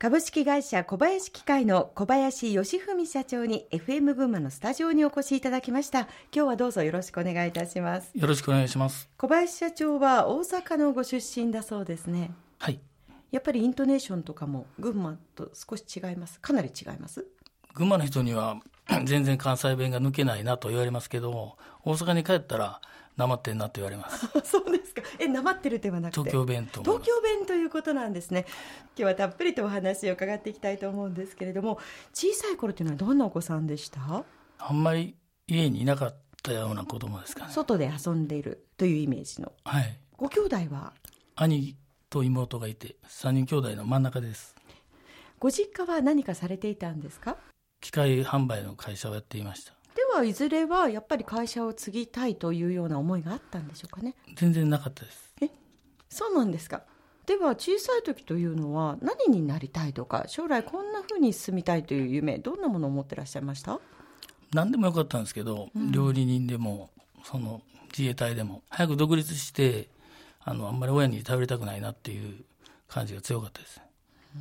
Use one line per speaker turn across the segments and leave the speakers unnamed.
株式会社小林機械の小林義文社長に FM 群馬のスタジオにお越しいただきました今日はどうぞよろしくお願いいたします
よろしくお願いします。
小林社長は大阪のご出身だそうですね
はい。
やっぱりイントネーションとかも群馬と少し違いますかなり違います
群馬の人には 全然関西弁が抜けないなと言われますけども、大阪に帰ったら、なまってんなと言われます。
あそうですかえなまってるではなくて
東京弁と思い
東
ます。
京弁ということなんですね今日はたっぷりとお話を伺っていきたいと思うんですけれども小さい頃というのはどんなお子さんでした
あんまり家にいなかったような子供ですかね。
外で遊んでいるというイメージの
はい。
ご兄弟は
兄と妹がいて、三人兄弟の真ん中です。
ご実家は何かされていたんですか
機械販売の会社をやっていました。
ではいずれはやっぱり会社を継ぎたいというような思いがあったんでしょうかね
全然なかったです。
そうなんですかでは小さい時というのは何になりたいとか将来こんな風に進みたいという夢どんなものを持ってらっしゃいました
何でもよかったんですけど、料理人でもその自衛隊でも早く独立してあのあんまり親に頼りたくないなっていう感じが強かったです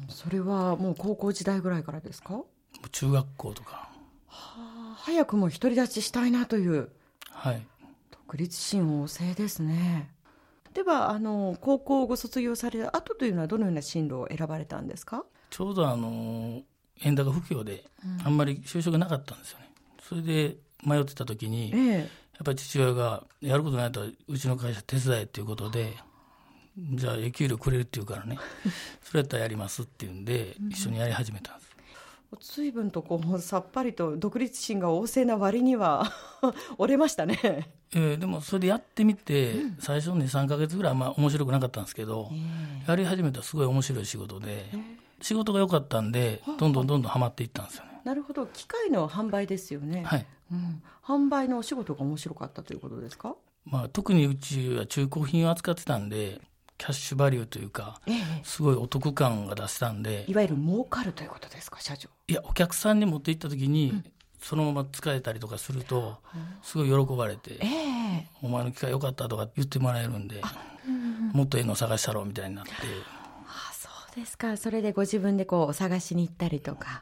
それはもう高校時代ぐらいからですか
もう中学校とか
あ早くも独り立ちしたいなという
はい
独立心旺盛ですねではあの高校をご卒業された後というのはどのような進路を選ばれたんですか
ちょうどあの円高不況であんまり就職がなかったんですよねそれで迷ってた時にやっ
ええ
ぱり父親がやることないとうちの会社手伝えっていうことでじゃあ給料くれるっていうから ねそれやったらやりますっていうんで一緒にやり始めたんです
随分とこうさっぱりと独立心が旺盛な割には 折れましたね、
えーでもそれでやってみて、最初の23か月ぐらいあんま面白くなかったんですけど、やり始めたらすごい面白い仕事で、仕事が良かったんでどんどんどんどんハマっていったんですよね
なるほど機械の販売ですよね、
はい、
うん、販売のお仕事が面白かったということですか
まあ、特にうちは中古品を扱ってたんでキャッシュバリューというかすごいお得感が出せたんで
いわゆる儲かるということですか社長
いやお客さんに持って行った時に、そのまま使えたりとかするとすごい喜ばれて
ええ
「お前の機械良かった」とか言ってもらえるんで、もっといいの探したろうみたいになって。
あそうですかそれでご自分でこうお探しに行ったりとか、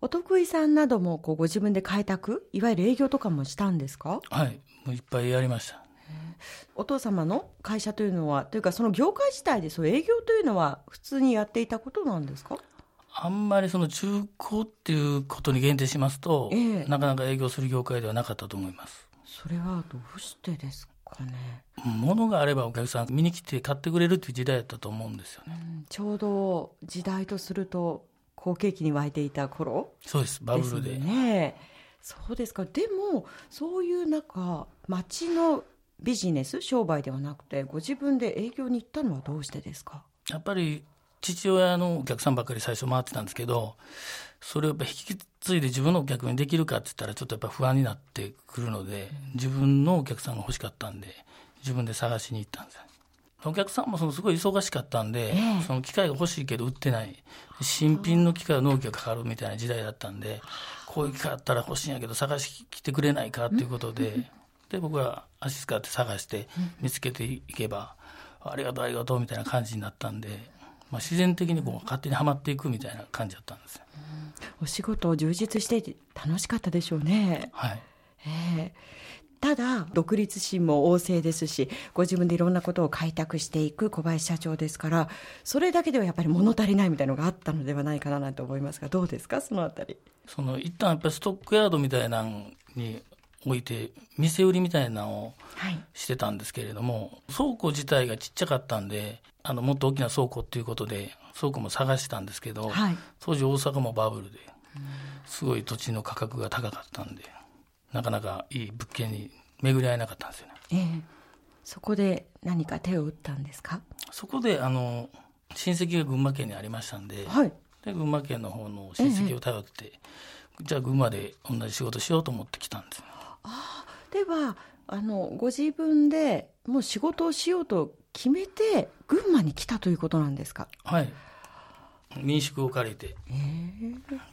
お得意さんなどもこうご自分で開拓いわゆる営業とかもしたんですか
はい、もういっぱいやりました。
お父様の会社というのはというかその業界自体でそう営業というのは普通にやっていたことなんですか
あんまりその中古っていうことに限定しますと、
ええ
なかなか営業する業界ではなかったと思います。
それはどうしてですかね、
物があればお客さん見に来て買ってくれるっていう時代だったと思うんですよね。
うんちょうど時代とすると好景気に沸いていた頃
そうです、バ
で
ブ
す
ル
よ
で。
ねそうですかでもそういう中町のビジネス商売ではなくてご自分で営業に行ったのはどうしてですか
やっぱり父親のお客さんばっかり最初回ってたんですけど、それをやっぱ引き継いで自分のお客にできるかって言ったらちょっとやっぱ不安になってくるので、自分のお客さんが欲しかったんで、自分で探しに行ったんですよね。お客さんもそのすごい忙しかったんで、その機械が欲しいけど売ってない、新品の機械は納期がかかるみたいな時代だったんで、こういう機械あったら欲しいんやけど探してきてくれないかっていうことで、で、僕は足使って探して見つけていけば、ありがとうありがとうみたいな感じになったんで、まあ、自然的にこう勝手にはまっていくみたいな感じだったんですよ。
お仕事を充実していて楽しかったでしょうね
はい。
ええただ独立心も旺盛ですしご自分でいろんなことを開拓していく小林社長ですからそれだけではやっぱり物足りないみたいなのがあったのではないかななんて思いますがどうですかそのあたり
その一旦やっぱりストックヤードみたいなのに置いて、店売りみたいなのを
はい
してたんですけれども、倉庫自体がちっちゃかったんで、あのもっと大きな倉庫っていうことで、倉庫も探したんですけど、
はい
当時、大阪もバブルで、すごい土地の価格が高かったんで、なかなかいい物件に巡り合えなかったんですよね。
ええそこで何か手を打ったんですか
そこであの親戚が群馬県にありましたんで、
はい
で群馬県の方の親戚を頼って、じゃあ群馬で同じ仕事しようと思ってきたんですよね
ではあのご自分でもう仕事をしようと決めて群馬に来たということなんですか
はい民宿を借りて、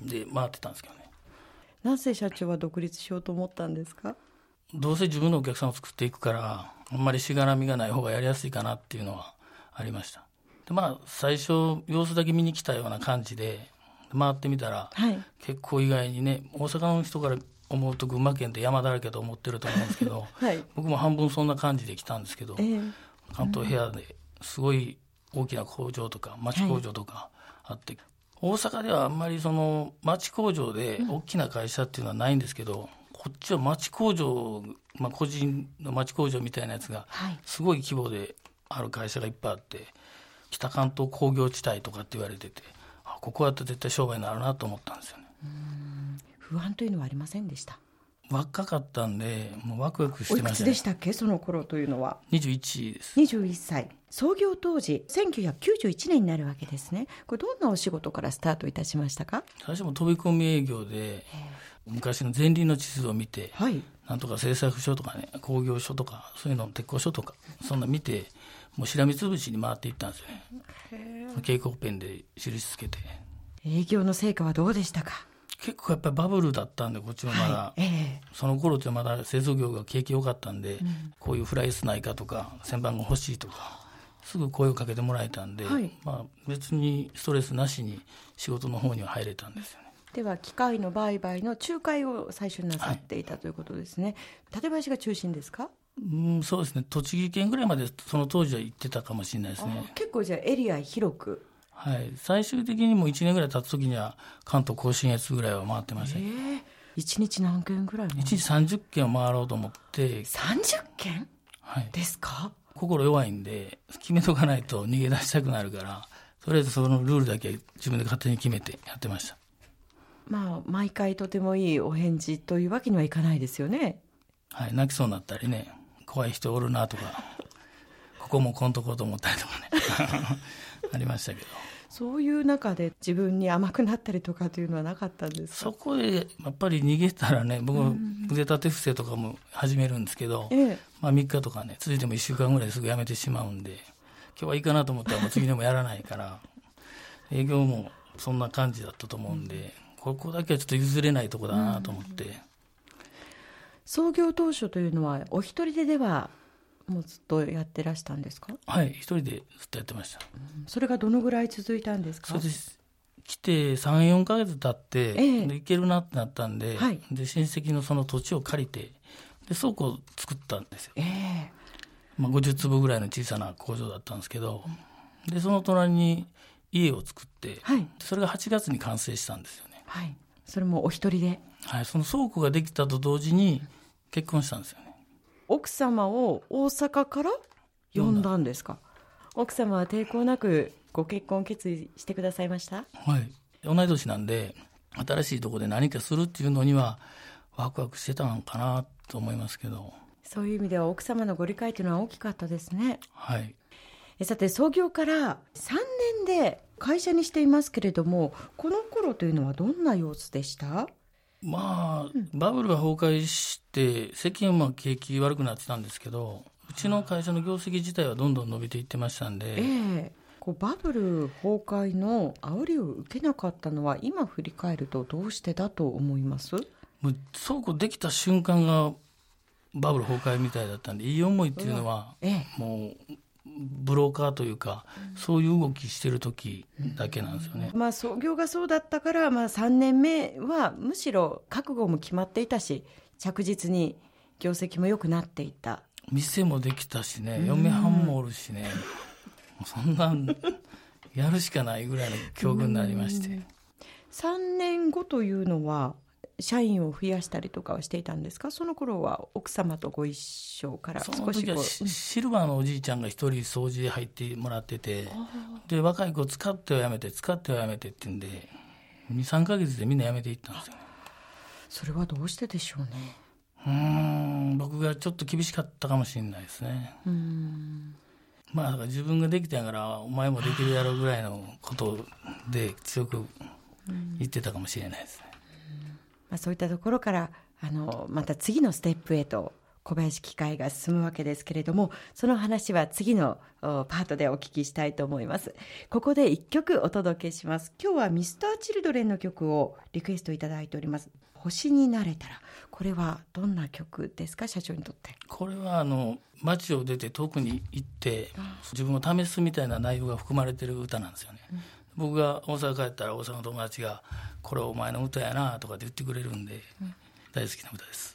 で回ってたんですけどね
なぜ社長は独立しようと思ったんですか
どうせ自分のお客さんを作っていくからあんまりしがらみがない方がやりやすいかなっていうのはありましたでまあ最初様子だけ見に来たような感じで回ってみたら、
はい
結構意外にね大阪の人から思うと群馬県って山だらけと思ってると思うんですけど
はい
僕も半分そんな感じで来たんですけど、
ええ
関東平野ですごい大きな工場とか町工場とかあって、大阪ではあんまりその町工場で大きな会社っていうのはないんですけど、こっちは町工場、まあ、個人の町工場みたいなやつが
はい
すごい規模である会社がいっぱいあって北関東工業地帯とかって言われててあここは絶対商売になるなと思ったんですよね。
不安というのはありませんでした
若かったんでもうワクワクし
お
て
い
ま
く
し
つ
た
で
ね
したっけその頃というのは
21です
21歳創業当時1991年になるわけですねこれどんなお仕事からスタートいたしましたか
最初も飛び込み営業で昔の前輪の地図を見て
はい
なんとか政策書とかね工業書とかそういうの鉄工所とかそんな見てもうしらみつぶしに回っていったんですよね蛍光ペンで印つけて
営業の成果はどうでしたか
結構やっぱりバブルだったんでこっちもまだ、
はいえ
その頃ってまだ製造業が景気良かったんで、こういうフライスないかとか旋盤が欲しいとかすぐ声をかけてもらえたんで、
はい
まあ、別にストレスなしに仕事の方には入れたんですよね
えでは機械の売買の仲介を最初になさっていたということですね、館林が中心ですか
うん、そうですね栃木県ぐらいまでその当時は行ってたかもしれないですね、
結構じゃあエリア広く
はい、最終的にもう1年ぐらい経つ時には関東甲信越ぐらいは回ってました、ね
一日何件ぐらいも
一日30軒を回ろうと思って、
30件
はい、
ですか
心弱いんで決めとかないと逃げ出したくなるからとりあえずそのルールだけ自分で勝手に決めてやってました
まあ毎回とてもいいお返事というわけにはいかないですよね
はい、泣きそうになったりね、怖い人おるなとか、ここもこんとこうと思ったりとかね、 ありましたけど、
そういう中で自分に甘くなったりとかというのはなかったんですか
そこでやっぱり逃げたらね、僕、腕立て伏せとかも始めるんですけど、
ええ
まあ、3日とかね、続いても1週間ぐらいすぐやめてしまうんで、今日はいいかなと思ったら、もう次でもやらないから、営業もそんな感じだったと思うんで、ここだけはちょっと譲れないとこだなと思って。
創業当初というのはお一人でではもうずっとやってらしたんですか
はい、一人でずっとやってました。
それがどのぐらい続いたんですか
そうです来て34か月経って、
ええ
で行けるなってなったんで,、
はい
で親戚のその土地を借りてで倉庫を作ったんですよ、
ええ
まあ、50坪ぐらいの小さな工場だったんですけどでその隣に家を作って、
はい
それが8月に完成したんですよね、
はいそれもお一人で
はい、その倉庫ができたと同時に結婚したんですよね
奥様を大阪から呼んだんですか奥様は抵抗なくご結婚を決意してくださいました
はい同い年なんで新しいとこで何かするっていうのにはワクワクしてたのかなと思いますけど
そういう意味では奥様のご理解というのは大きかったですね
はい
えさて創業から3年で会社にしていますけれどもこの頃というのはどんな様子でした
まあ、バブルが崩壊して、世間は景気悪くなってたんですけど、うちの会社の業績自体はどんどん伸びていってましたん
え
で、
えこうバブル崩壊の煽りを受けなかったのは今振り返るとどうしてだと思います
もう倉庫できた瞬間がバブル崩壊みたいだったんで、いい思いっていうのは、
ええ
もう、ブローカーというか、そういう動きしてる時だけなんですよね。
まあ、創業がそうだったから、まあ、3年目はむしろ覚悟も決まっていたし着実に業績も良くなっていった
店もできたしね、嫁はんもおるしね、もうそんなん、やるしかないぐらいの境遇になりまして。
3年後というのは社員を増やしたりとかはしていたんですかその頃は奥様とご一緒から
その
少し
時は
こ
シ
う
シルバーのおじいちゃんが一人掃除で入ってもらっててで若い子使ってはやめて使ってはやめてって言うんで23か月でみんなやめていったんですよね
それはどうしてでしょうね
うーん僕がちょっと厳しかったかもしれないですねまあだから自分ができたんやからお前もできるやろぐらいのことで強く言ってたかもしれないですね
まあ、そういったところからあのまた次のステップへと小林機械が進むわけですけれどもその話は次のおパートでお聞きしたいと思いますここで一曲お届けします今日はミスターチルドレンの曲をリクエストいただいております星になれたらこれはどんな曲ですか社長にとって
これはあの街を出て遠くに行って自分を試すみたいな内容が含まれてる歌なんですよね、僕が大阪帰ったら大阪の友達が「これお前の歌やな」とかって言ってくれるんで、大好きな歌です